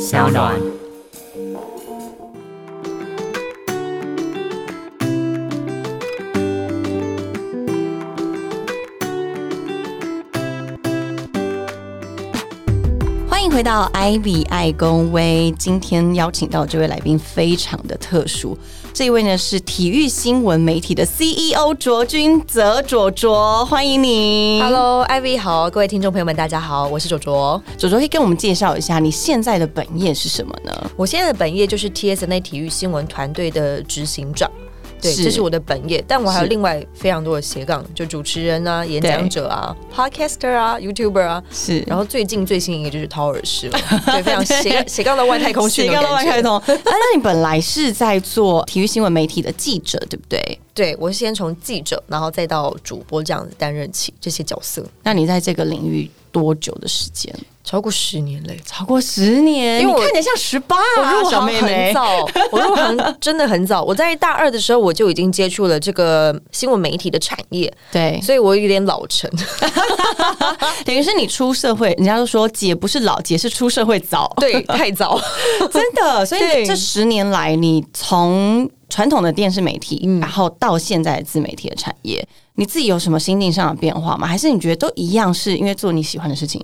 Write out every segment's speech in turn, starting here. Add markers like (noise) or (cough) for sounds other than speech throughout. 小暖。欢迎回到 Ivy 爱公威，今天邀请到这位来宾非常的特殊，这一位呢是体育新闻媒体的 CEO 卓君泽卓卓，欢迎你。 Hello，艾薇好，各位听众朋友们，大家好，我是卓卓。卓卓可以跟我们介绍一下你现在的本业是什么呢？我现在的本业就是 TSNA 体育新闻团队的执行长，对，是这是我的本业。但我还有是另外非常多的斜杠，就主持人啊、演讲者啊、podcaster 啊、YouTuber 啊。是然后最近最新 (laughs) 一个就是掏耳师了，对，非常斜斜杠到外太空去斜那杠种到外感觉，开通。哎，那你本来是在做体育新闻媒体的记者，对不对？对我先从记者，然后再到主播这样子担任起这些角色，那你在这个领域多久的时间？超过十年嘞。超过十年，因为我你看起来像十八、我啊，入小行妹很妹。早，我入行真的很早。我在大二的时候我就已经接触了这个新闻媒体的产业，对，所以我有点老成。 (laughs) 等于是你出社会，人家都说姐不是老，姐是出社会早， (laughs) 对，太早。 (laughs) 真的。所以对你这十年来，你从传统的电视媒体，嗯然后到现在的自媒体的产业，你自己有什么心境上的变化吗？还是你觉得都一样，是因为做你喜欢的事情？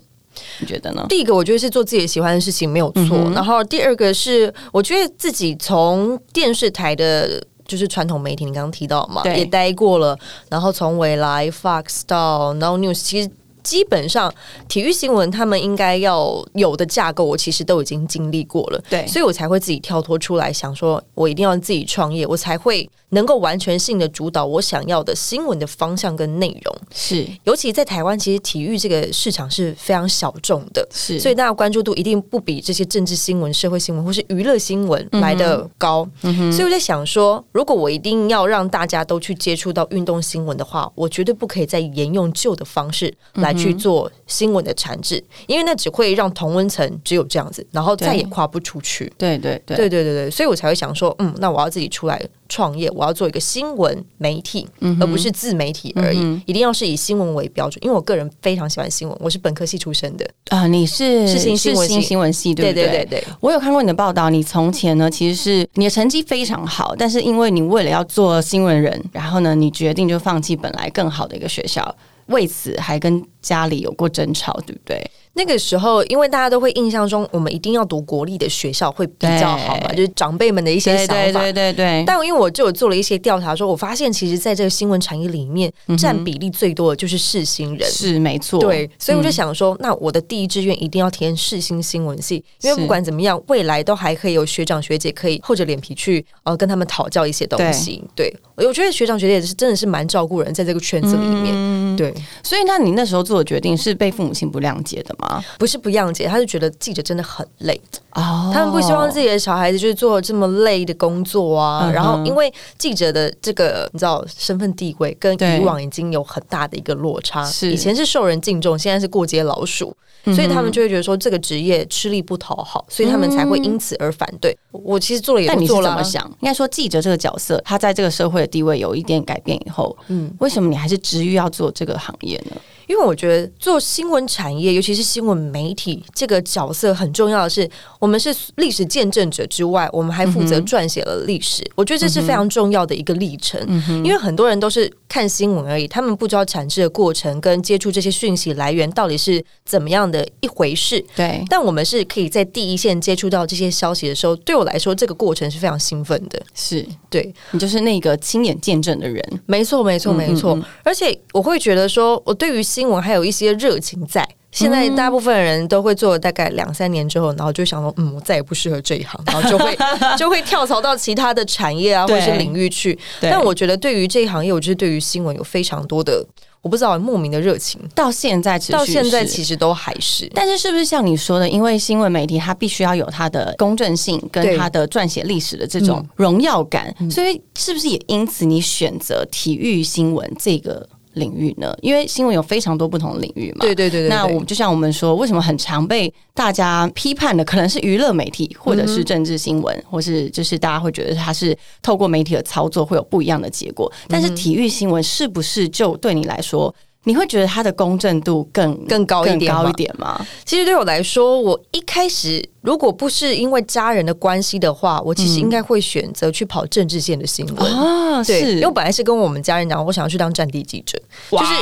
你觉得呢？第一个，我觉得是做自己喜欢的事情没有错。然后第二个是，我觉得自己从电视台的。就是传统媒体，你刚刚提到嘛，对也待过了。然后从未来 Fox 到 Now News，其实基本上体育新闻他们应该要有的架构，我其实都已经经历过了。对所以我才会自己跳脱出来，想说我一定要自己创业，我才会能够完全性的主导我想要的新闻的方向跟内容。是尤其在台湾，其实体育这个市场是非常小众的，是，所以大家关注度一定不比这些政治新闻、社会新闻或是娱乐新闻来嗯的高。所以我在想说，如果我一定要让大家都去接触到运动新闻的话，我绝对不可以再沿用旧的方式来嗯去做新闻的产制，因为那只会让同温层只有这样子，然后再对也跨不出去。对对对对对对对，所以我才会想说，嗯，那我要自己出来创业，我要做一个新闻媒体，嗯而不是自媒体而已，一定要是以新闻为标准，因为我个人非常喜欢新闻，我是本科系出身的，啊、你是是新新闻系新闻系，对对不对？对对嗯对我有看过你的报道，你从前呢其实是你的成绩非常好，但是因为你为了要做新闻人，然后呢你决定就放弃本来更好的一个学校，为此还跟家里有过争吵，对不对？那个时候，因为大家都会印象中，我们一定要读国立的学校会比较好嘛，对就是长辈们的一些想法。对对对但因为我就有做了一些调查，说我发现其实在这个新闻产业里面，嗯占比例最多的就是世新人。是没错，嗯对，所以我就想说，那我的第一志愿一定要填世新新闻系，因为是不管怎么样，未来都还可以有学长学姐可以厚着脸皮去呃跟他们讨教一些东西。对，我觉得学长学姐是真的是蛮照顾人，在这个圈子里面，对，所以那你那时候做的决定是被父母亲不谅解的吗？不是不谅解，他是觉得记者真的很累，哦他们不希望自己的小孩子就是做这么累的工作啊。嗯哼然后，因为记者的这个你知道身份地位跟对以往已经有很大的一个落差，是嗯以前是受人敬重，现在是过街老鼠，所以他们就会觉得说这个职业吃力不讨好，所以他们才会因此而反对。我其实做了也嗯但不你是做怎了啊么，想？应该说，记者这个角色，他在这个社会的地位有一点改变以后，嗯，为什么你还是执意要做这个行业呢？因为我觉得做新闻产业，尤其是新闻媒体这个角色很重要的是，我们是历史见证者之外，我们还负责撰写了历史。我觉得这是非常重要的一个历程，因为很多人都是看新闻而已，他们不知道产制的过程跟接触这些讯息来源到底是怎么样的一回事。对，但我们是可以在第一线接触到这些消息的时候，对我来说，这个过程是非常兴奋的。是对，你就是那个亲眼见证的人，没错，没错，嗯没错。而且我会觉得说，我对于新闻还有一些热情在。现在嗯大部分人都会做了大概两三年之后，然后就想说，嗯，我再也不适合这一行，然后就 (laughs) 会就会跳槽到其他的产业啊，或对者是领域去。对但我觉得对于这一行业，我就是对于新闻有非常多的，我不知道莫名的热情，到现在持续到现在是其实都还是。但是是不是像你说的，因为新闻媒体它必须要有它的公正性跟对嗯它的撰写历史的这种荣耀感，所以是不是也因此你选择体育新闻这个领域呢？因为新闻有非常多不同的领域嘛。对对对对对那我们就像我们说，为什么很常被大家批判的，可能是娱乐媒体，或者是嗯政治新闻，或是就是大家会觉得它是嗯透过媒体的操作会有不一样的结果。但是体育新闻是不是就对你来说，你会觉得它的公正度更更高一点更吗高一点吗？其实对我来说，我一开始如果不是因为家人的关系的话，我嗯其实应该会选择去跑政治线的新闻。啊，对，因是为我，本来是跟我们家人讲，我想要去当战地记者。就是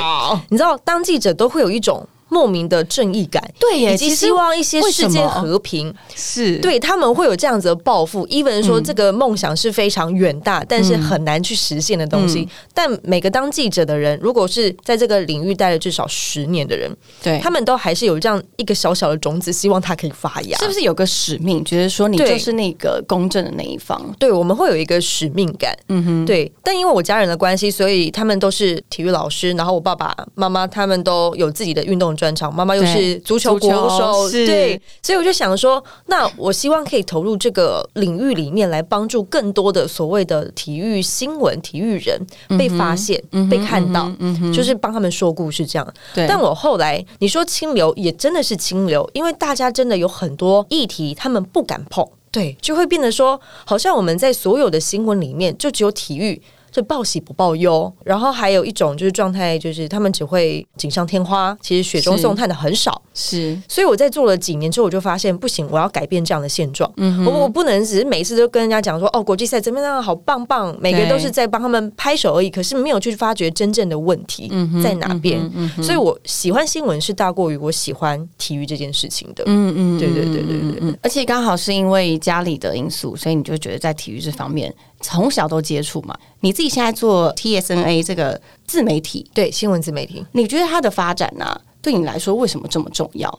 你知道，当记者都会有一种莫名的正义感，对耶，以及其实希望一些为什世界么和平。是对他们会有这样子的抱负，even 嗯说这个梦想是非常远大，但是很难去实现的东西。嗯但每个当记者的人，如果是在这个领域待了至少十年的人，对他们都还是有这样一个小小的种子，希望它可以发芽。是不是有个使命，觉得说你对就是那个公正的那一方？对，我们会有一个使命感，嗯哼，对。但因为我家人的关系，所以他们都是体育老师，然后我爸爸妈妈他们都有自己的运动专长，妈妈又是对足球足国球手，是对。所以我就想说，那我希望可以投入这个领域里面，来帮助更多的所谓的体育新闻、体育人被发现、被看到，嗯哼，就是帮他们说故事这样。对，但我后来你说清流也真的是清流，因为大家真的有很多议题他们不敢碰，对，就会变得说，好像我们在所有的新闻里面就只有体育。就报喜不报忧，然后还有一种就是状态，就是他们只会锦上添花，其实雪中是送炭的很少。是所以我在做了几年之后，我就发现不行，我要改变这样的现状。嗯我我不能只是每次都跟人家讲说哦，国际赛怎么样，好棒棒，每个都是在帮他们拍手而已，可是没有去发掘真正的问题嗯在哪边。所以我喜欢新闻是大过于我喜欢体育这件事情的。嗯嗯，对对对对对嗯，而且刚好是因为家里的因素，所以你就觉得在体育这方面从小都接触嘛。你自己现在做 TSNA 这个自媒体，对新闻自媒体，你觉得它的发展呢、对你来说为什么这么重要？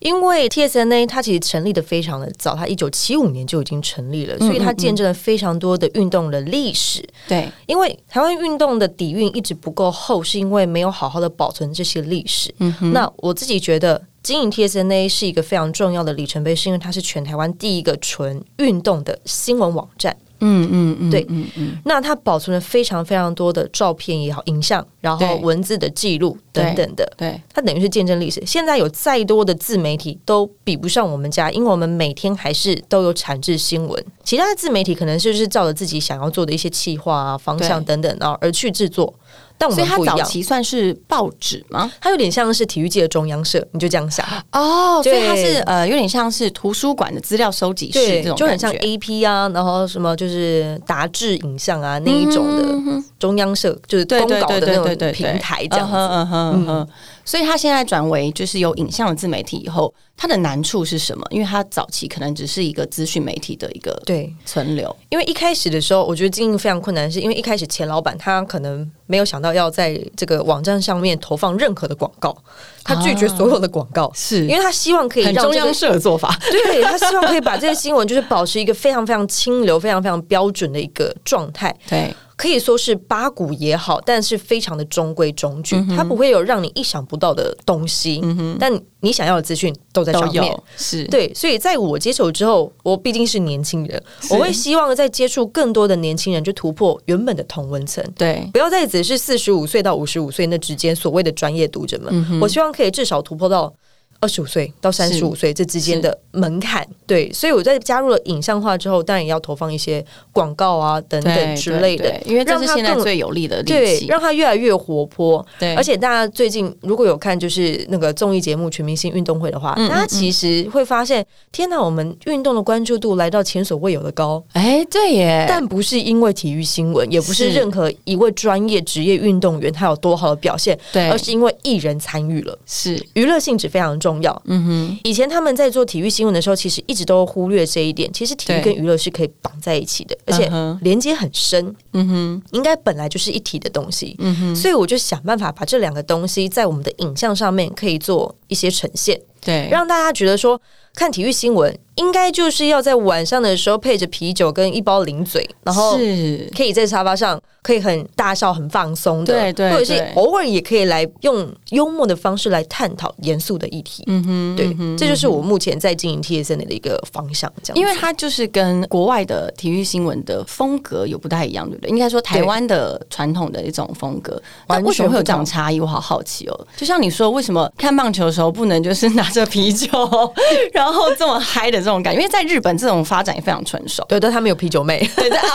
因为 TSNA 它其实成立的非常的早，它一九七五年就已经成嗯立了，所以它见证了非常多的运动的历史。对，因为台湾运动的底蕴一直不够厚，是因为没有好好的保存这些历史。那我自己觉得。经营 TSNA 是一个非常重要的里程碑，是因为它是全台湾第一个纯运动的新闻网站。嗯嗯嗯对嗯嗯，那它保存了非常非常多的照片也好、影像，然后对文字的记录等等的，对，它等于是见证历史。现在有再多的自媒体都比不上我们家，因为我们每天还是都有产制新闻。其他的自媒体可能就是照着自己想要做的一些企划啊、方向对等等啊而去制作，但我所们以它不一早样。期算是报纸吗？它有点像是体育界的中央社，你就这样想，哦，所以它对是呃，有点像是图书馆的资料收集室这种感觉，就很像 A P 啊，然后什么就是杂志影像啊那一种的的中央社，就是对嗯公对稿对的对那对种对，平台这嗯样哼子。嗯哼嗯哼所以他现在转为就是有影像的自媒体以后，它的难处是什么？因为它早期可能只是一个资讯媒体的一个对，存留，因为一开始的时候，我觉得经营非常困难，是因为一开始钱老板他可能没有想到要在这个网站上面投放任何的广告，他拒绝啊所有的广告，是因为他希望可以嗯很让中这个央社的做法。 (laughs) 对他希望可以把这些新闻就是保持一个非常非常清流、非常非常标准的一个状态， (laughs) 对，可以说是八股也好，但是非常的中规中矩，嗯它不会有让你意想不到的东西，但你想要的资讯都 (laughs) 在都上面有。是，对，所以在我接手之后，我毕竟是年轻人，是我会希望在接触更多的年轻人，就突破原本的同文层。对，不要再只是四十五岁到五十五岁那之间所谓的专业读者们，嗯我希望可以至少突破到二十五岁到三十五岁这之间的门槛。对，所以我在加入了影像化之后，当然也要投放一些广告啊等对等之类，的对，对因为这让是它现在更最有力的利对，器。让它越来越活泼。对，而且大家最近如果有看就是那个综艺节目《全明星运动会》的话，嗯大家其实会发现，天哪，我们运动的关注度来到前所未有的高。哎，对耶，但不是因为体育新闻，也不是是任何一位专业职业运动员他有多好的表现，对而是因为艺人参与了。是，娱乐性质非常重要。嗯哼，以前他们在做体育新闻的时候，其实一直都忽略这一点。其实体育对跟娱乐是可以绑在一起的，而且嗯哼连接很深，嗯哼，应该本来就是一体的东西。嗯哼，所以我就想办法把这两个东西在我们的影像上面可以做一些呈现，对，让大家觉得说看体育新闻应该就是要在晚上的时候配着啤酒跟一包零嘴，然后。是可以在沙发上，可以很大笑、很放松的，对对或者是对偶尔也可以来用幽默的方式来探讨严肃的议题。嗯哼，对，这就是我目前在经营 TSN 的一个方向，这样子。因为它就是跟国外的体育新闻的风格有不太一样，对不对？应该说台湾的传统的一种风格，那完全为什么会有这不样差异？我好好奇哦。就像你说，为什么看棒球的时候不能就是拿着啤酒， (laughs) 然后这么嗨的这种感觉？因为在日本这种发展也非常成熟。对，但他们有啤酒妹，对，在啊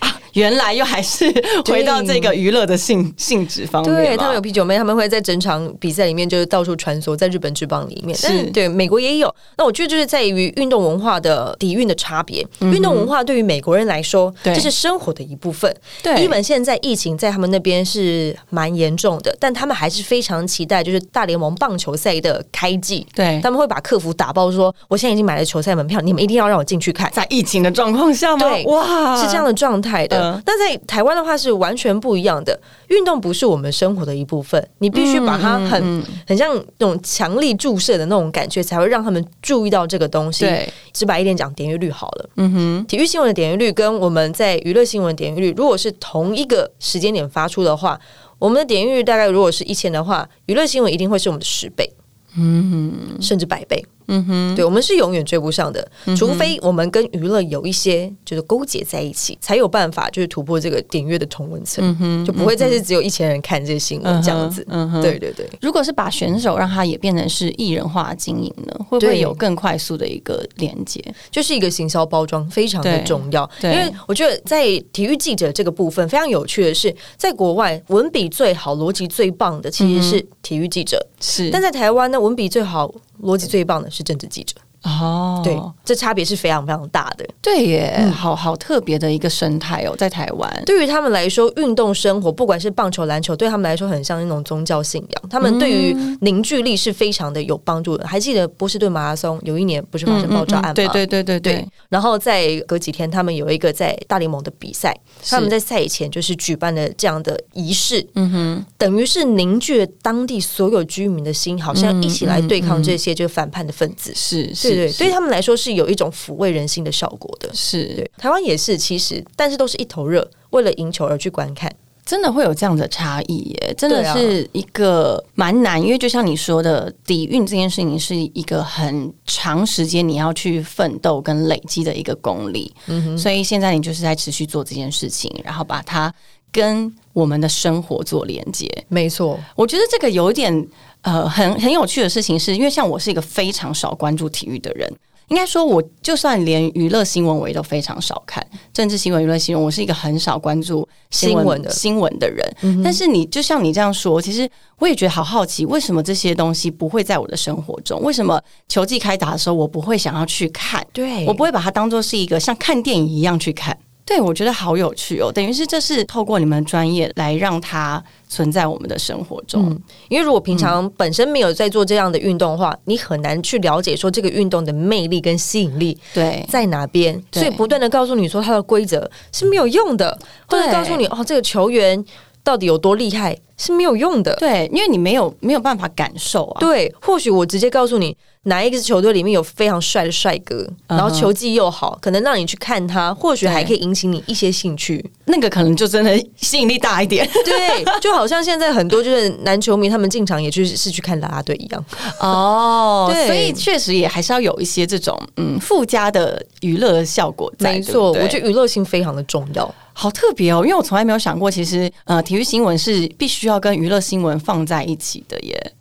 啊，原来又还是回到这个娱乐的性性质方面嘛。对他们有啤酒妹，他们会在整场比赛里面就是到处穿梭，在日本之棒里面，但是对美国也有。那我觉得就是在于运动文化的底蕴的差别。运动文化对于美国人来说，对这是生活的一部分。对日本现在疫情在他们那边是蛮严重的，但他们还是非常期待就是大联盟棒球赛的开季。对他们会把客服打爆说，我现在已经买了球赛门票，你们一定要让我进去看。在疫情的状况下吗对？哇，是这样的状态的啊嗯。但在台湾的话是完全不一样的，运动不是我们生活的一部分，你必须把嗯它很、很像那种强力注射的那种感觉，才会让他们注意到这个东西。对，直白一点讲，点阅率好了。嗯哼，体育新闻的点阅率跟我们在娱乐新闻的点阅率，如果是同一个时间点发出的话，我们的点阅率大概如果是一千的话，娱乐新闻一定会是我们的十倍，嗯哼，甚至百倍。嗯哼，对，我们是永远追不上的，除非我们跟娱乐有一些就是勾结在一起，才有办法就是突破这个点阅的同文层，就不会再是只有一千人看这些新闻这样子。嗯哼对对对，如果是把选手让他也变成是艺人化经营呢，会不对会有更快速的一个连接？就是一个行销包装非常的对重要，因对为我觉得在体育记者这个部分非常有趣的是，在国外文笔最好、逻辑最棒的其实是嗯体育记者，是，但在台湾呢，文笔最好、逻辑最棒的是政治记者。哦，嗯对，这差别是非常非常大的。对耶，好好特别的一个生态哦，在台湾。对于他们来说，运动生活不管是棒球、篮球，对他们来说很像那种宗教信仰。他们对于嗯凝聚力是非常的有帮助的。还记得波士顿马拉松有一年不是发生爆炸案吗？嗯对对对对对对，，然后在隔几天，他们有一个在大联盟的比赛，是他们在赛前就是举办了这样的仪式，嗯哼，等于是凝聚了当地所有居民的心，好像一起来对抗这些就是反叛的分子。是是对对，对嗯是他们来说是有一种抚慰人心的效果的。是，对，台湾也是，其实但是都是一头热，为了赢球而去观看。真的会有这样的差异耶，真的对啊是一个蛮难，因为就像你说的，底蕴这件事情是一个很长时间你要去奋斗跟累积的一个功力，嗯所以现在你就是在持续做这件事情，然后把它跟我们的生活做连接，没错，我觉得这个有一点呃很很有趣的事情是，因为像我是一个非常少关注体育的人。应该说，我就算连娱乐新闻我也都非常少看，政治新闻、娱乐新闻，我是一个很少关注新新闻闻的新闻的人。但是你就像你这样说，其实我也觉得好好奇，为什么这些东西不会在我的生活中？为什么球季开打的时候，我不会想要去看？对我不会把它当做是一个像看电影一样去看。哎对，我觉得好有趣哦，等于是这是透过你们的专业来让它存在我们的生活中。因为如果平常本身没有在做这样的运动的话，你很难去了解说这个运动的魅力跟吸引力。对，在哪边，对所以不断的告诉你说它的规则是没有用的，或对者告诉你哦这个球员到底有多厉害是没有用的。对，因为你没有没有办法感受啊。对，或许我直接告诉你哪一个球队里面有非常帅的帅哥，嗯然后球技又好，可能让你去看他，或许还可以引起你一些兴趣。那个可能就真的吸引力大一点对，就好像现在很多就是男球迷他们进场也去是去看啦啦队一样。 (laughs) 哦对所以确实也还是要有一些这种嗯附加的娱乐效果 (laughs) 在。没错，对不对我觉得娱乐性非常的重要。好特别哦，因为我从来没有想过，其实呃体育新闻是必须要跟娱乐新闻放在一起的耶。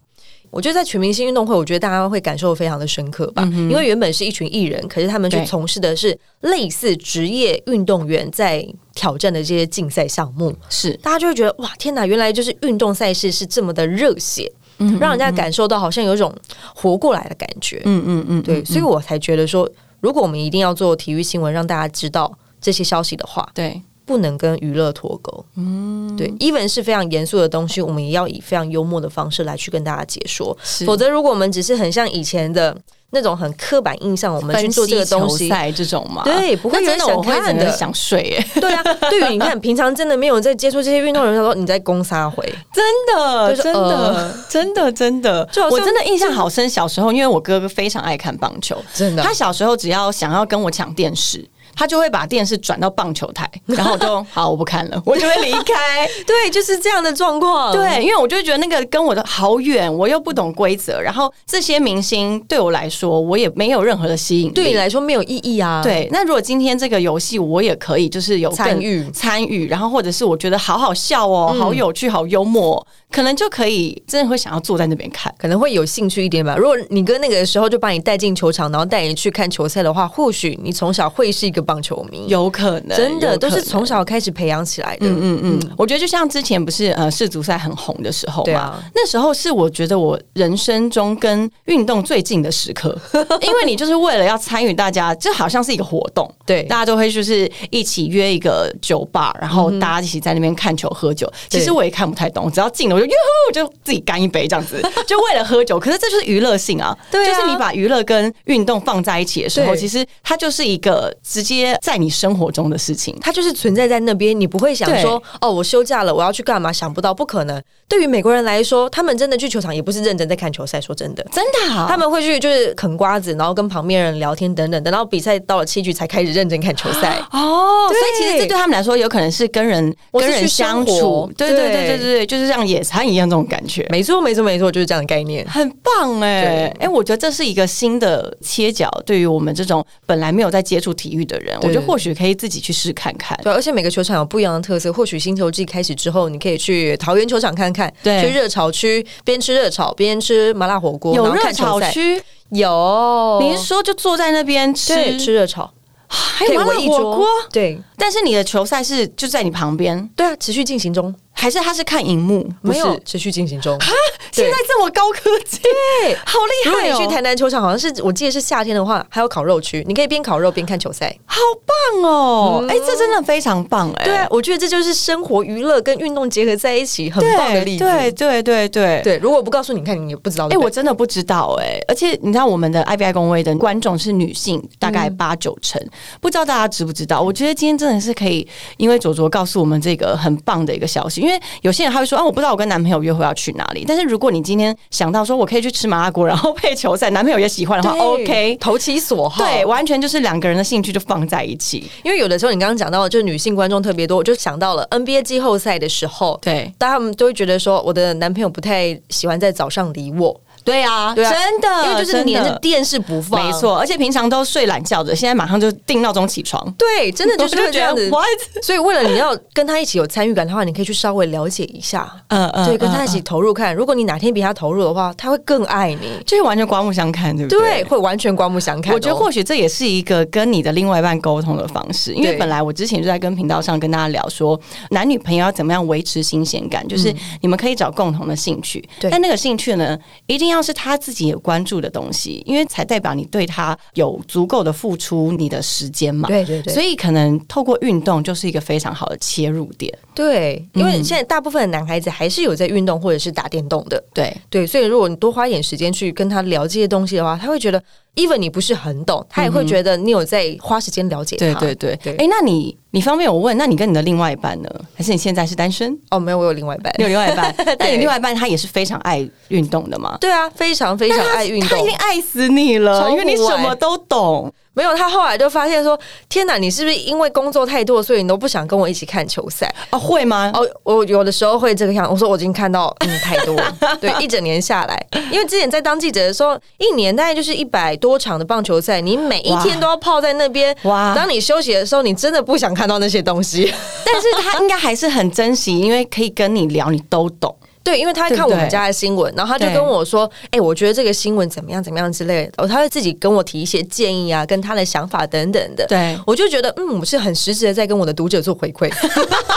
我觉得在全明星运动会，我觉得大家会感受得非常的深刻吧，因为原本是一群艺人，可是他们嗯去对从事的是类似职业运动员在挑战的这些竞赛项目，是大家就会觉得哇，天哪，原来就是运动赛事是这么的热血，让人家感受到好像有一种活过来的感觉。嗯嗯嗯，对，所以我才觉得说，如果我们一定要做体育新闻，让大家知道这些消息的话，对，不能跟娱乐脱钩。嗯，对，even 是非常严肃的东西，我们也要以非常幽默的方式来去跟大家解说。是否则，如果我们只是很像以前的那种很刻板印象，我们去分做析这个东球，西赛这种嘛，对不会那有人真的我想会看真的的想睡 (laughs) 耶，对啊。对于你看，平常真的没有在接触这些运动的人，他说你在攻杀回，真 (laughs) 的，就是真的呃，真的，真的就好，像我真的印象好深。小时候，因为我哥哥非常爱看棒球，真的他小时候只要想要跟我抢电视，他就会把电视转到棒球台，然后我 (laughs) 就好，我不看了，我就会离开。对，就是这样的状况。 (laughs) 对，因为我就会觉得那个跟我的好远，我又不懂规则，然后这些明星对我来说，我也没有任何的吸引力。对你来说没有意义啊。，对，那如果今天这个游戏我也可以，就是有更参与参与，然后或者是我觉得好好笑哦，嗯好有趣，好幽默哦、可能就可以真的会想要坐在那边看。可能会有兴趣一点吧。如果你哥那个时候就把你带进球场，然后带你去看球赛的话，或许你从小会是一个棒球迷，有可能，真的有可都能是从小开始培养起来的。嗯嗯嗯，我觉得就像之前不是呃世足赛很红的时候对嘛，啊那时候是我觉得我人生中跟运动最近的时 (laughs) 刻，因为你就是为了要参与大家，这好像是一个活动，对大家都会就是一起约一个酒吧，然后大家一起在那边看球喝酒。其嗯对实我也看不太懂，我只要进了我就 (laughs) 哟呼，就自己干一杯这样 (laughs) 子，就为了喝酒。可是这就是娱乐性啊，对啊就是你把娱乐跟运动放在一起的时候，对其实它就是一个直接在你生活中的事情。它就是存在在那边，你不会想对说哦，我休假了，我要去干嘛？想不到，不可能。对于美国人来说，他们真的去球场也不是认真在看球赛，说真的，真的、啊，他们会去就是啃瓜子，然后跟旁边人聊天等等，等到比赛到了七局才开始认真看球赛。哦，所对以其实这对他们来说，有可能是跟人我是跟人去生相活处，对对对对对对对，就是像野餐一样这种感觉，没错，没错，没错，就是这样的概念。很棒哎、对哎、我觉得这是一个新的切角，对于我们这种本来没有在接触体育的人，我对觉得或许可以自己去试看看。对，而且每个球场有不一样的特色。或许新球季开始之后，你可以去桃园球场看看，对去热炒区边吃热炒边吃麻辣火锅，有然后热看球炒赛，区，有，您说就坐在那边哦吃，对吃热炒，还有麻辣可以围一火桌锅，对但是你的球赛是就在你旁边，对啊，持续进行中，还是他是看荧幕？不没有是，持续进行中。 (laughs) 现对在这么高科技，对好厉如果害你哦！去台南球场，好像是我记得是夏天的话，还有烤肉区，你可以边烤肉边看球赛。好棒哦！哎、这真的非常棒哎、嗯对啊，我觉得这就是生活娱乐跟运动结合在一起很对棒的例子。对对对对。对如果我不告诉你看，你也不知道。哎、对不对我真的不知道哎、而且你知道我们的 IBI 公会的观众是女性，大概嗯八九成、不知道大家知不知道？我觉得今天真的是可以，因为卓卓告诉我们这个很棒的一个消息，因为有些人他会说啊，我不知道我跟男朋友约会要去哪里，但是如果你今天想到说我可以去吃麻辣锅，然后配球赛，男朋友也喜欢的话对，OK，哦投其所好。对，完全就是两个人的兴趣就放在一起，因为有的时候你刚刚讲到，就是女性观众特别多，我就想到了 NBA 季后赛的时候，对大家们都会觉得说，我的男朋友不太喜欢在早上理我，对啊，对啊真的，因为就是真黏的着电视不放，没。错，而且平常都睡懒觉的，现在马上就定闹钟起床，。对，真的就是会这样子 (laughs) 我就觉得 (laughs) what？所以，为了你要跟他一起有参与感的话，你可以去稍微了解一下，嗯嗯对，跟他嗯一起投入看。如果你哪天比他投入的话，他会更爱你，就是完全刮目相看，对不对，？会完全刮目相看哦。我觉得或许这也是一个跟你的另外一半沟通的方式，因为对本来我之前就在跟频道上跟大家聊说，男女朋友要怎么样维持新鲜感，就是你们可以找共同的兴趣，嗯对但那个兴趣呢，一定要是他自己有关注的东西，因为才代表你对他有足够的付出你的时间嘛。对对对，所以可能透过运动就是一个非常好的切入点，对，因为嗯现在大部分的男孩子还是有在运动或者是打电动的，对，对，所以如果你多花一点时间去跟他聊这些东西的话，他会觉得，even 你不是很懂，他也会觉得你有在花时间了解对他。对对，嗯对哎、那你你方便我问，那你跟你的另外一半呢？还是你现在是单身？哦，没有，我有另外一半你。有另外一 (laughs) 半？那你另外一半他也是非常爱运动的吗？对啊，非常非常爱运他一动定。爱死你了，超因为你户外什么都懂。没有，他后来就发现说：“天哪，你是不是因为工作太多，所以你都不想跟我一起看球赛哦，会吗？？”哦，我有的时候会这个样。我说我已经看到嗯太多了，对，一整年下来，因为之前在当记者的时候，一年大概就是一百多场的棒球赛，你每一天哇都要泡在那边。哇当你休息的时候，你真的不想看到那些东西。 (laughs) 但是他应该还是很珍惜，因为可以跟你聊，你都懂。对，因为他对不看我们对家的新闻，然后他就对跟我说：“哎、我觉得这个新闻怎么样怎么样之类的。”哦，他会自己跟我提一些建议啊，跟他的想法等等的。对我就觉得，嗯，我是很实质的在跟我的读者做回馈， (laughs)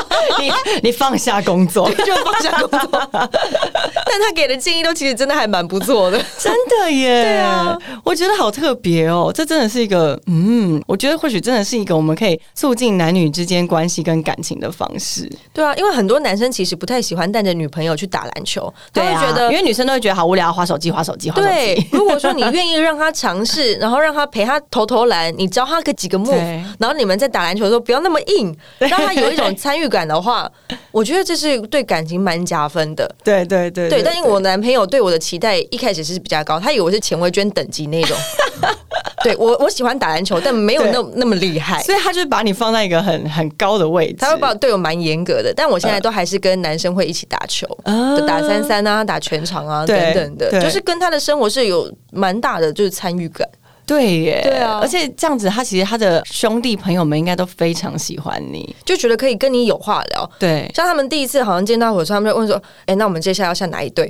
(laughs) 你，你放下工作，就放下工作。 (laughs) 但他给的建议都其实真的还蛮不错的。真的 (laughs) 耶！对啊，我觉得好特别哦，这真的是一个，嗯，我觉得或许真的是一个我们可以促进男女之间关系跟感情的方式。对啊，因为很多男生其实不太喜欢带着女朋友去打篮球，他对会啊，觉得因为女生都会觉得好无聊，划手机，划手机，划手对机。， (laughs) 如果说你愿意让他 (laughs) 尝试，然后让他陪他投投篮，你教他个几个对 move，然后你们在打篮球的时候不要那么硬，让他有一种参与感的话， (laughs) 我觉得这是对感情蛮加分的。 (laughs) 对对对对，但是我男朋友对我的期待一开始是比较高，他以为我是钱维娟等级那 (laughs) 种。对我，我喜欢打篮球，但没有那那么厉害。所以他就是把你放在一个很很高的位置，他会把我对我蛮严格的，但我呃现在都还是跟男生会一起打球，啊就打三三啊，打全场啊对等等的，对就是跟他的生活是有蛮大的就是参与感。对耶，对啊而且这样子，他其实他的兄弟朋友们应该都非常喜欢你。就觉得可以跟你有话聊。对，像他们第一次好像见到我的时候，他们就问说：“哎、那我们接下来要下哪一队？”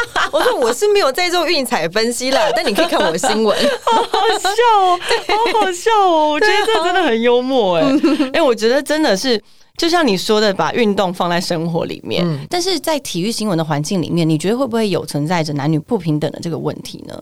(laughs) 我说：“我是没有在做运彩分析啦，但你可以看我的新 (laughs) 闻。(laughs) 好笑哦，好好笑哦！我觉得这真的很幽默 (laughs) 哎、哎、我觉得真的是。就像你说的，把运动放在生活里面，但是在体育新闻的环境里面，你觉得会不会有存在着男女不平等的这个问题呢？”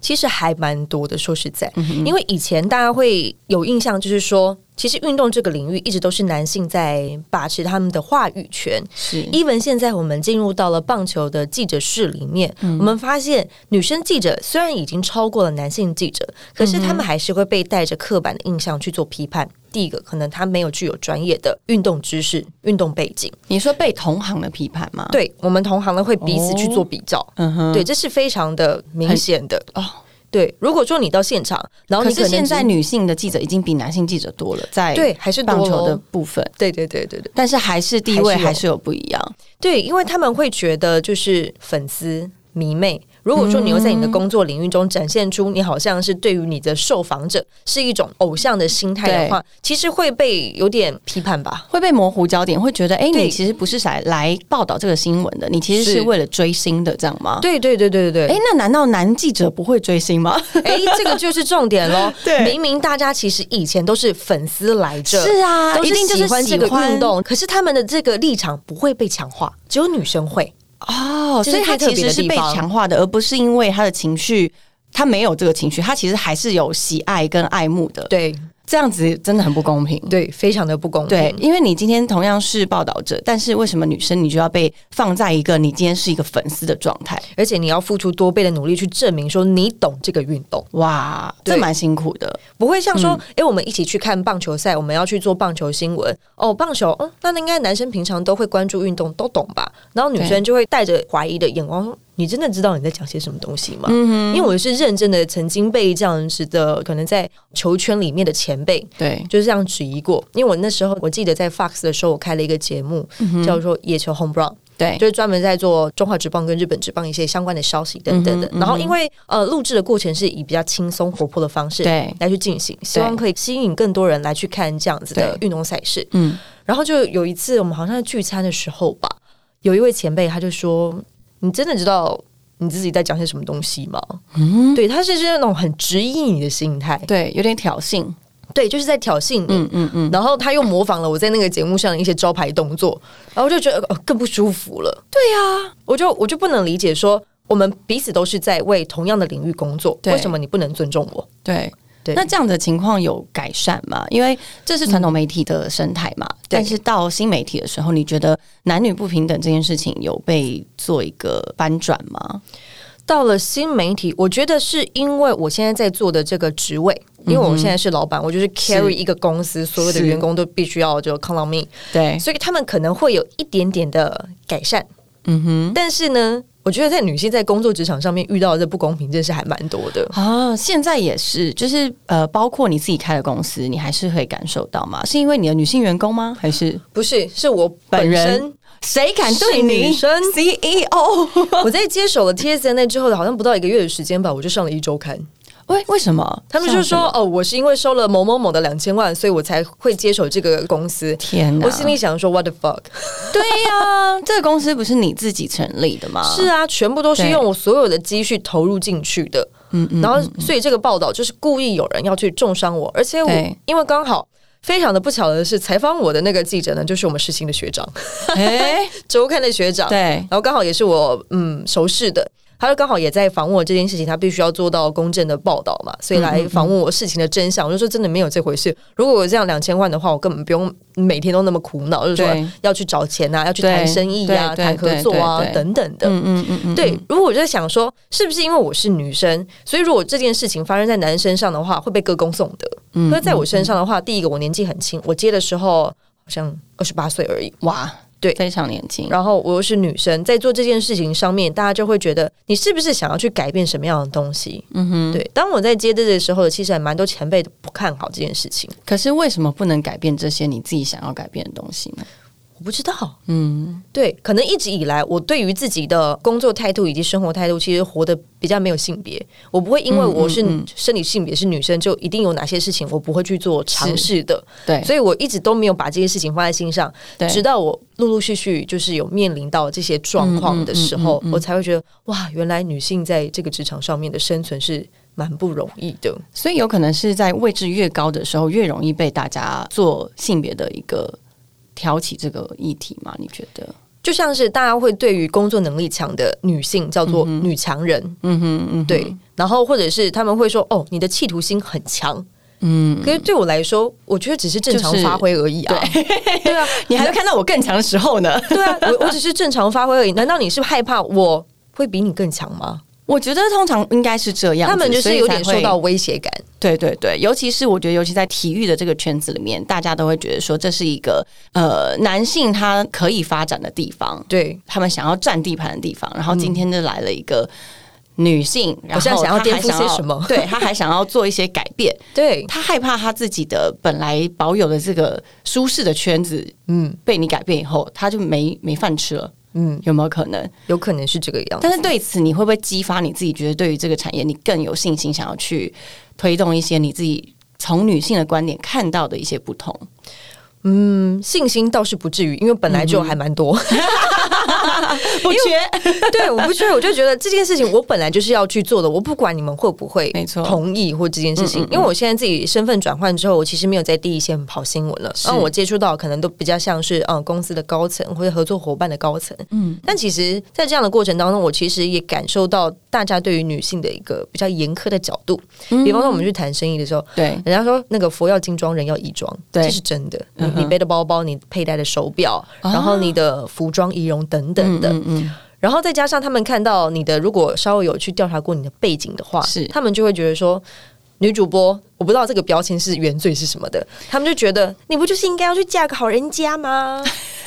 其实还蛮多的，说实嗯在，因为以前大家会有印象，就是说，其实运动这个领域一直都是男性在把持他们的话语权。是 even 现在我们进入到了棒球的记者室里面，嗯我们发现女生记者虽然已经超过了男性记者，可是嗯他们还是会被带着刻板的印象去做批判。第一个，可能他没有具有专业的运动知识、运动背景，你说被同行的批判吗？，对我们同行的会彼此去做比较，嗯哼，对，这是非常的明显的。哦。对，如果说你到现场，然后可你可是能现在只女性的记者已经比男性记者多了，在对还是多棒球的咯部分，对对对对对但是还是地位还是有还是有不一样。对，因为他们会觉得就是粉丝迷妹。如果说你又在嗯你的工作领域中展现出你好像是对于你的受访者是一种偶像的心态的话，其实会被有点批判吧。会被模糊焦点，会觉得哎、诶对你其实不是来来报道这个新闻的，你其实是是为了追星的，这样吗？，对对对对对哎、对，那难道男记者不会追星 (laughs) 吗？。哎、这个就是重点喽 (laughs) 对明明大家其实以前都是粉丝来着，是啊，都一定就是喜欢这个喜欢运动，可是他们的这个立场不会被强化，只有女生会。哦，这所是以他最特其实别的是地被方强化的，而不是因为他的情绪。他没有这个情绪，他其实还是有喜爱跟爱慕的，对这样子真的很不公平。对，非常的不公平。对，因为你今天同样是报道者，但是为什么女生你就要被放在一个你今天是一个粉丝的状态？而且你要付出多倍的努力去证明说你懂这个运动，哇，这对蛮辛苦的。不会像说，诶，我们一起去看棒球赛，我们要去做棒球新闻哦，棒球，嗯，那应该男生平常都会关注运动，都懂吧？然后女生就会带着怀疑的眼光说。你真的知道你在讲些什么东西吗？因为我是认真的，曾经被这样子的可能在球圈里面的前辈对，就是这样质疑过。因为我那时候我记得在 Fox 的时候，我开了一个节目、叫做《野球 Home Run》，对，就是专门在做中华职棒跟日本职棒一些相关的消息等等的。嗯然后因为呃录制的过程是以比较轻松活泼的方式对来去进行，希望可以吸引更多人来去看这样子的对运动赛事。嗯，然后就有一次我们好像在聚餐的时候吧，有一位前辈他就说：“你真的知道你自己在讲些什么东西吗？”嗯，对，他是是那种很质疑你的心态，对，有点挑衅。对，就是在挑衅你。嗯嗯嗯，然后他又模仿了我在那个节目上的一些招牌动作，然后就觉得、呃、更不舒服了。对啊呀、我就我就不能理解说，我们彼此都是在为同样的领域工作，对为什么你不能尊重我？对。对那这样的情况有改善吗？因为这是传统媒体的生态嘛，但是到新媒体的时候，你觉得男女不平等这件事情有被做一个翻转吗？到了新媒体，我觉得是因为我现在在做的这个职位，因为我现在是老嗯板，我就是 carry 一个公司，所有的是员工都必须要就 count on me，对，所以他们可能会有一点点的改善。嗯哼，但是呢，我觉得在女性在工作职场上面遇到的不公平，真是还蛮多的。啊，现在也是，就是呃，包括你自己开的公司，你还是会感受到吗？是因为你的女性员工吗？还是不是，是我本本人身谁敢对是女你生 (laughs) (laughs) E CEO？我在接手了 TSNA 之后，好像不到一个月的时间吧，我就上了一周刊。为为什么？他们就说：“哦，我是因为收了某某某的两千万，所以我才会接手这个公司。”天哪我心里想说：“What the fuck？” 对呀、 (laughs) 这个公司不是你自己成立的吗？是啊，全部都是对用我所有的积蓄投入进去的。嗯嗯。然后，所以这个报道就是故意有人要去重伤我，而且我对因为刚好非常的不巧的是，采访我的那个记者呢，就是我们世新的学长， (laughs) 哎、周刊的学长。 (laughs) 对然后刚好也是我嗯熟识的，他就刚好也在访问我这件事情，他必须要做到公正的报道嘛，所以来访问我事情的真相。我就说真的没有这回事，如果我这样两千万的话，我根本不用每天都那么苦恼，就是对说要去找钱啊，要去谈对生意啊，对谈合对作啊对对等等的。嗯嗯嗯嗯，对，如果我就在想说，是不是因为我是女生，所以如果这件事情发生在男生上的话，会被歌功颂德；，嗯那、在我身上的话，第一个我年纪很轻，我接的时候好像二十八岁而已，嗯哇，对非常年轻。然后我又是女生，在做这件事情上面，大家就会觉得你是不是想要去改变什么样的东西？嗯哼，对。当我在接这个时候，其实还蛮多前辈都不看好这件事情。可是为什么不能改变这些你自己想要改变的东西呢？我不知道，嗯，对，可能一直以来我对于自己的工作态度以及生活态度，其实活得比较没有性别。我不会因为嗯我是生理性别是女生，就一定有哪些事情我不会去做尝试的。嗯对，所以我一直都没有把这些事情放在心上对，直到我陆陆续续就是有面临到这些状况的时嗯候，我才会觉得哇，原来女性在这个职场上面的生存是蛮不容易的。所以有可能是在位置越高的时候，越容易被大家做性别的一个挑起这个议题嘛？你觉得？就像是大家会对于工作能力强的女性叫做女强人，嗯哼，嗯对，然后或者是他们会说哦，你的企图心很强，嗯，可是对我来说，我觉得只是正常就是发挥而已啊， (laughs) 对啊，你还会看到我更强的时候呢？对啊，我我只是正常发挥而已，难道你是害怕我会比你更强吗？ (laughs) 我觉得通常应该是这样子，他们就所是以有才点受会到威胁感，对对对，尤其是我觉得，尤其在体育的这个圈子里面，大家都会觉得说这是一个呃男性他可以发展的地方，对，他们想要占地盘的地方。然后今天就来了一个女性，然后像想她要还颠覆想些要什么对她还想要做一些改变，对，她害怕她自己的本来保有的这个舒适的圈子嗯被你改变以后，她就没没饭吃了。嗯，有没有可能？有可能是这个样子，但是对此，你会不会激发你自己觉得对于这个产业你更有信心，想要去推动一些你自己从女性的观点看到的一些不同？嗯，信心倒是不至于，因为本来嗯就还蛮多。不缺， (laughs) 对，我不确认，我就觉得这件事情我本来就是要去做的，我不管你们会不会没错嗯同意或这件事情，因为我现在自己身份转换之后，我其实没有在第一线跑新闻了，然后我接触到可能都比较像是嗯公司的高层或者合作伙伴的高层，嗯，但其实，在这样的过程当中，我其实也感受到大家对于女性的一个比较严苛的角度，比方说我们去谈生意的时候，嗯对人家说那个佛要金装，人要衣装，对嗯这是真的。你你背的包包，你佩戴的手表，啊然后你的服装仪容等等嗯的，然后再加上他们看到你的，如果稍微有去调查过你的背景的话，是他们就会觉得说。女主播，我不知道这个标签是原罪是什么的， (laughs) 他们就觉得你不就是应该要去嫁个好人家 (laughs) 吗？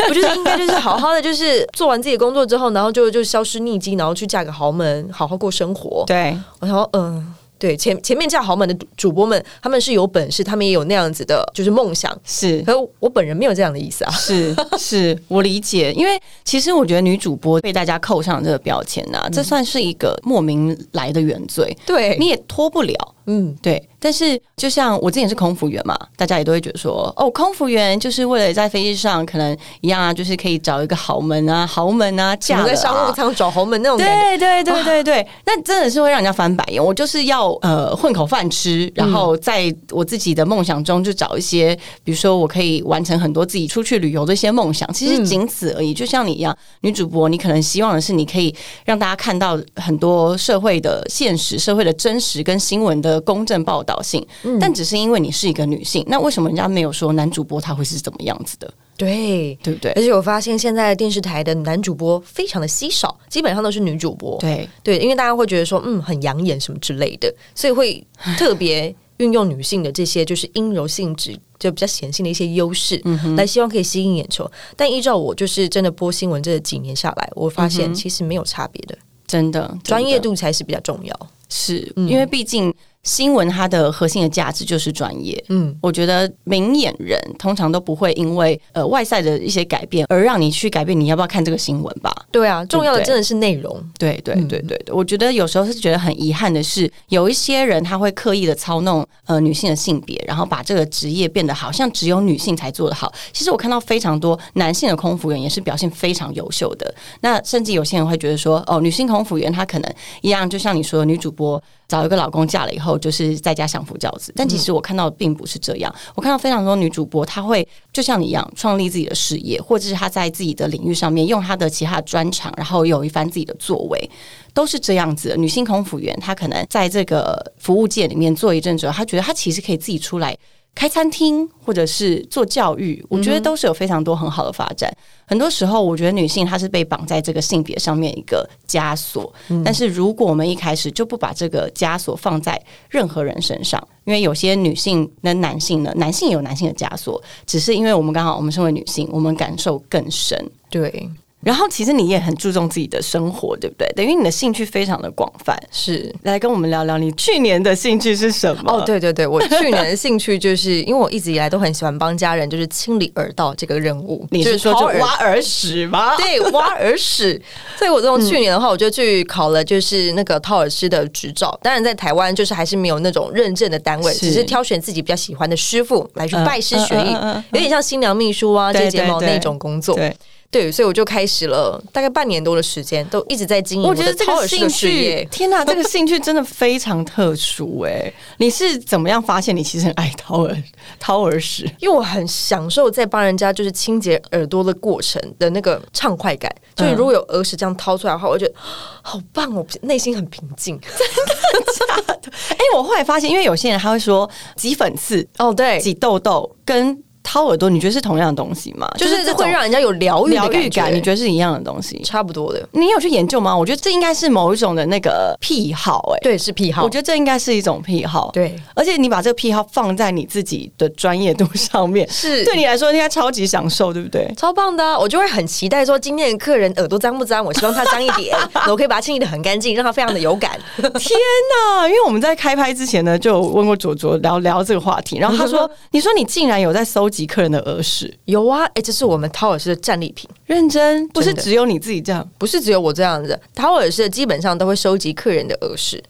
不就是应该就是好好的，就是做完自己的工作之后，然后就就消失匿迹，然后去嫁个豪门，好好过生活。对，我想说，嗯、对，前前面嫁豪门的主主播们，他们是有本事，他们也有那样子的，就是梦想。是可是我本人没有这样的意思啊。是是，我理解，因为其实我觉得女主播被大家扣上这个标签呐、这算是一个莫名来的原罪， (laughs) 对你也脱不了。嗯，对，但是就像我之前是空服员嘛，大家也都会觉得说，哦，空服员就是为了在飞机上可能一样啊，就是可以找一个豪门啊、豪门啊，我嫁们了、在商务啊。舱找豪门那种感觉。对对对对对，那真的是会让人家翻白眼。我就是要呃混口饭吃，然嗯后在我自己的梦想中就找一些，比如说我可以完成很多自己出去旅游的一些梦想，其嗯实仅此而已。就像你一样，女主播，你可能希望的是你可以让大家看到很多社会的现实、社会的真实跟新闻的公正报道性，嗯但只是因为你是一个女性，那为什么人家没有说男主播他会是怎么样子的，对对不对而？且我发现现在电视台的男主播非常的稀少，基本上都是女主播。对，对，因为大家会觉得说，嗯，很养眼什么之类的，所以会特别运用女性的这些就是阴柔性质，就比较显性的一些优势，嗯来希望可以吸引眼球。但依照我就是真的播新闻这几年下来，我发现其实没有差别的，嗯真的专业度。度才是比较重要。是因为毕竟新闻它的核心的价值就是专业。嗯，我觉得明眼人通常都不会因为呃外在的一些改变而让你去改变你要不要看这个新闻吧。对啊，重要的对真的是内容。对对对对对，我觉得有时候是觉得很遗憾的是，有一些人他会刻意的操弄呃女性的性别，然后把这个职业变得好像只有女性才做得好。其实我看到非常多男性的空服员也是表现非常优秀的。那甚至有些人会觉得说，哦，女性空服员她可能一样，就像你说的，女主播找一个老公嫁了以后，就是在家享福教子。但其实我看到的并不是这样，我看到非常多女主播，她会就像你一样创立自己的事业，或者是她在自己的领域上面用她的其他的专长，然后有一番自己的作为，都是这样子的。女性空服员她可能在这个服务界里面做一阵子，她觉得她其实可以自己出来。开餐厅或者是做教育，我觉得都是有非常多很好的发展。很多时候，我觉得女性她是被绑在这个性别上面一个枷锁，但是如果我们一开始就不把这个枷锁放在任何人身上，因为有些女性跟男性呢，男性有男性的枷锁，只是因为我们刚好我们身为女性，我们感受更深。对，然后其实你也很注重自己的生活，对不对？等于你的兴趣非常的广泛。是。来跟我们聊聊你去年的兴趣是什么？哦，，对 (laughs) 对对，我去年的兴趣就是因为我一直以来都很喜欢帮家人，就是清理耳道这个任务， (laughs) 你是就说掏就耳挖耳屎吗？ (laughs) 对，挖耳屎。所以我从去年的话，我就去考了，就是那个掏耳师的执照。当然，在台湾就是还是没有那种认证的单位，是只是挑选自己比较喜欢的师傅来去嗯拜师嗯学艺嗯嗯嗯，有点像新娘秘书啊、对接睫对毛对那种工作。对，对，所以我就开始了大概半年多的时间，都一直在经营我觉的得这掏个耳师兴的事趣业，。天 (laughs) 哪，这个兴趣真的非常特殊哎、你是怎么样发现你其实很爱掏耳掏耳屎？因为我很享受在帮人家就是清洁耳朵的过程的那个畅快感，就是如果有耳屎这样掏出来的话，我就觉得哦好棒哦，内心很平静。 (laughs) 哎、我后来发现，因为有些人他会说挤粉刺、哦，对，挤痘痘跟掏耳朵，你觉得是同样的东西吗？ (laughs) 就是这会种让人家有疗愈的疗愈感，你觉觉得是一样的东西？差不多的，你有去研究吗？我觉得这应该是某一种的那个癖好、哎，对，是癖好。我觉得这应该是一种癖好。对，而且你把这个癖好放在你自己的专业度上面，是对你来说应该超级享受，对不对？超棒的啊、我就会很期待说今天的客人耳朵脏不脏，我希望他脏一 (laughs) 点，然后我可以把它清理的很干净，让他非常的有感。天哪！因为我们在开拍之前呢，就有问过卓卓聊聊这个话题，然后他说：“你说你竟然有在搜集客人的耳屎，有啊，哎、这是我们掏耳式的战利品，认真不是真的只有你自己这样。”不是只有我这样子，掏耳式的基本上都会收集客人的耳屎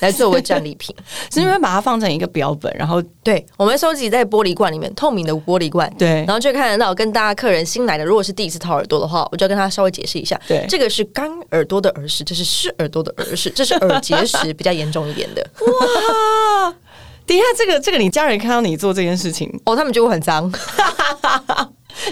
来作为战利品。是因为把它放成一个标本，然后对，我们收集在玻璃罐里面，透明的玻璃罐，对然后就看得到跟大家客人新来的，如果是第一次掏耳朵的话，我就跟他稍微解释一下，对这个是干耳朵的耳屎，这是湿耳朵的耳屎，这是耳结石比较严重一点的，哇！等一下，这个这个，你家人看到你做这件事情， (laughs) 哦，他们觉得我很脏，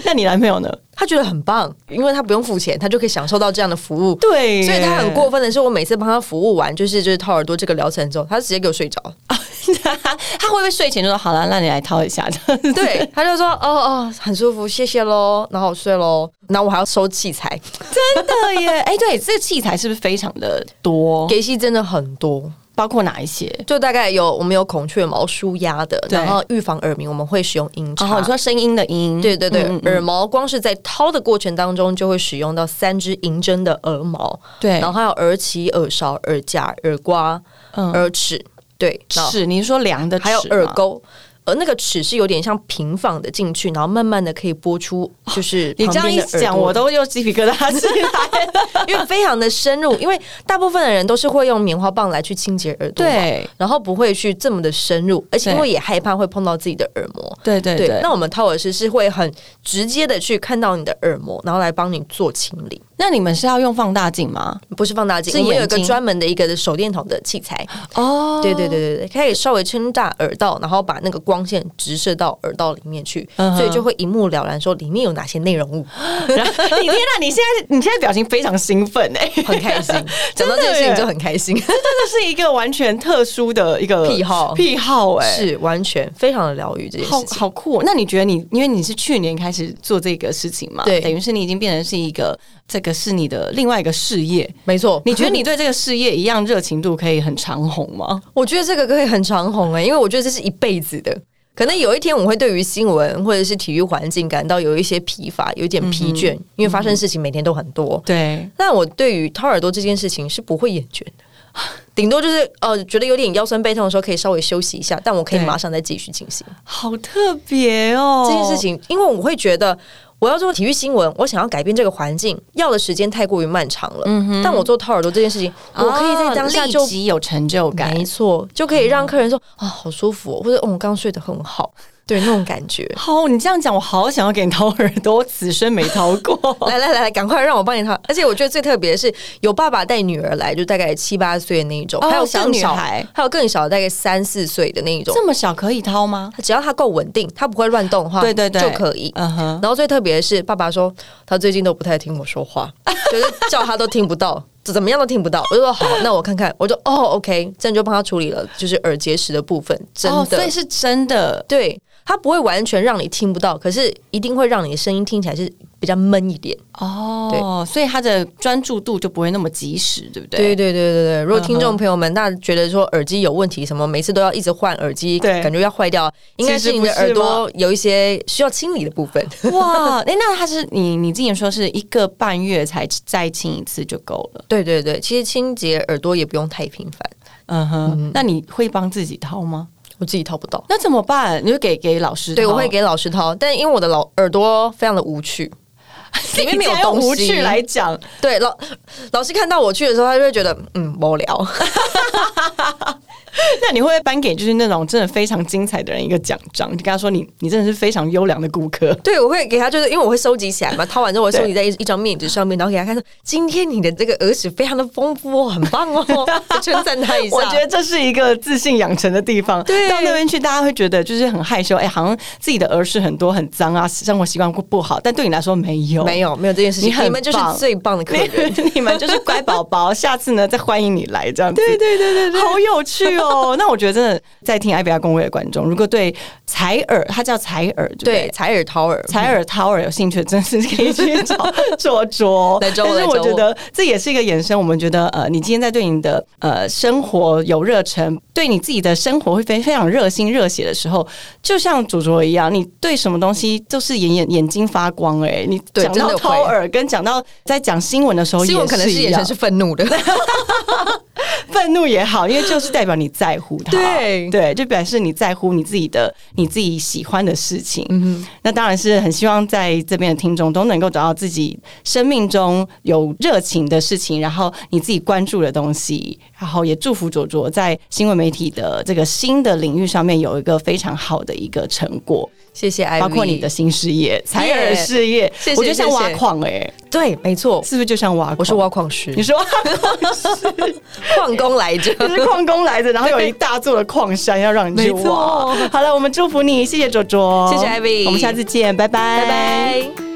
那你男朋友呢？他觉得很棒，因为他不用付钱，他就可以享受到这样的服务。对耶，所以他很过分的是，我每次帮他服务完，就是就是掏耳朵这个疗程之后，他直接给我睡着。 (laughs) 他会不会睡前就说好了，那你来掏一下？ (laughs) 对，他就说哦哦，很舒服，谢谢喽，然后我睡喽，然后我还要收器材，真的耶！哎、对，这个器材是不是非常的多？给戏真的很多。包括哪一些？就大概有我们有孔雀毛舒压的，对然后预防耳鸣，我们会使用音叉。然哦后、你说声音的音，对对对，嗯嗯耳毛光是在掏的过程当中就会使用到三支银针的耳毛，对然后还有耳起、耳勺、耳夹、耳刮、嗯耳齿，对，然后齿，你是说量的齿还有吗耳，沟。呃，那个齿是有点像平放的进去，然后慢慢的可以拨出，就是哦你这样一旁边的耳讲，朵我都又鸡皮疙瘩起来了。因为非常的深入，因为大部分的人都是会用棉花棒来去清洁耳朵 (laughs) 嘛，对然后不会去这么的深入，而且因为也害怕会碰到自己的耳膜。对对对对，，那我们掏耳师是会很直接的去看到你的耳膜，然后来帮你做清理，那你们是要用放大镜吗？不是放大镜是，我们有一眼个睛专门的一个手电筒的器材。哦对对对对对，可以稍微撑大耳道，然后把那个光线直射到耳道里面去，嗯哼所以就会一目了然，说里面有哪些内容物，然后 (laughs) 你天哪，你现在你现在表情非常兴奋 (laughs) 哎、 (laughs) 很开心。讲到真的这件事情耶就很 (laughs) 开心，这是一个完全特殊的一个癖好癖好哎、 (laughs) 是完全非常的疗愈这件好事情。好酷哦、那你觉得你，因为你是去年开始做这个事情嘛，对等于是你已经变成是一个，这个是你的另外一个事 (laughs) 业。没错，你觉得你对这个事业一样热情度可以很长红吗？我觉得这个可以很长红哎、因为我觉得这是一辈子的。可能有一天我会对于新闻或者是体育环境感到有一些疲乏，有一点疲嗯倦，因为发生事情每天都很多。对，但我 (laughs) 对于掏耳朵这件事情是不会厌倦的，顶多就是呃觉得有点腰酸背痛的时候可以稍微休息一下，但我可以对马上再继续进行好特别哦，这件事。情，因为我会觉得。我要做体育新闻，我想要改变这个环境，要的时间太过于漫长了。但我做掏耳朵这件事情，我可以在当下就嗯啊立即有成啊就感，。没错，就可以让客人说啊、好舒服、哦，或者哦，我刚刚睡得很 (laughs) 好，对那种感觉好，你这样讲，我好想要给你掏耳朵， (laughs) 我此生没掏过。 (laughs) 来来来来，赶快让我帮你掏！而且我觉得最特别的是，有爸爸带女儿来，就大概七八岁的那一种，哦还有小更女小，嗯孩还有更小的，大概三四岁的那一种。这么小可以掏 (laughs) 吗？只要他够稳定，他不会乱动的话，对对对，就可以。嗯哼，然后最特别的是，爸爸说他最近都不太听我说 (laughs) 话，就是叫他都听不到，怎么样都听不到。我就说好，那我看看，我就哦，OK，这样就帮他处理了，就是耳结石的部分，真的。哦，所以是真的。对，它不会完全让你听不到，可是一定会让你的声音听起来是比较闷一点。哦，所以他的专注度就不会那么及时，对不对？嗯对对对对对，如果听众朋友们那觉得说耳机有问题，什么每次都要一直换耳机，对感觉要坏掉，应该是你的耳朵有一些需要清理的 (laughs) 部分。哇，哎，那他是你你之前说是一个半月才再清一次就够了，对对对，其实清洁耳朵也不用太频繁，嗯哼，那你会帮自己掏吗？我自己掏不到。那怎么办？你就给给老师，对，我会，给老师掏，但因为我的老耳朵非常的 (laughs) 无趣，里面没有你竟然用东西无趣来讲， (laughs) 对老老师看到我去的时候，他就会觉得嗯无聊。那你会不会颁给就是那种真的非常精彩的人一个奖章？你跟他说你你真的是非常优良的顾 (laughs) 客，对，我会给他，就是因为我会收集起来嘛，掏完之后我收集在一一张面纸上面，然后给他看说，今天你的这个耳屎非常的丰富哦，很棒哦， (laughs) 称赞他一下。我觉得这是一个自信养成的地方。对到那边去，大家会觉得就是很害羞，哎、好像自己的儿时很多很脏啊，生活习惯不好，但对你来说没有，嗯没有没有这件事情，你你很们就是棒最棒的客人。 (laughs) 你你们就是乖宝宝，下次呢再欢迎你来这样子。对对对对好有趣哦！那我觉得真的在听 i b 亚公会的观众，如果对采耳，它叫采耳，对不对？对，采耳掏 (laughs) 耳，采耳掏耳有兴趣的，真是可以去 (laughs) 找卓卓。来但找我是来我找我觉得这也是一个延伸。我们觉得，呃，你今天在对你的呃生活有热忱，对你自己的生活会非非常热心热血的时候，就像卓卓一样，你对什么东西都是眼眼眼睛发光、哎，你对讲真的到会掏耳，跟讲到在讲新闻的时候，新闻可能是眼神是愤怒的，愤怒也好，因为就是代表你在乎它，对对，就表示你在乎你自己的你自己喜欢的事情。嗯，那当然是很希望在这边的听众都能够找到自己生命中有热情的事情，然后你自己关注的东西，然后也祝福卓卓在新闻媒体的这个新的领域上面有一个非常好的一个成果，谢谢 Ivy，包括你的新事业、采耳事业，谢谢我觉得像谢谢挖矿哎、欸，对，没错，是不是就像挖矿？我是挖矿 (laughs) 师你，说挖矿工来 (laughs) 着。 (laughs) 就是矿工来着，然后有一大座的矿山要让你去没挖错。好了，我们祝福你，谢谢卓卓，谢谢 Ivy 我们下次见，拜拜，拜。拜。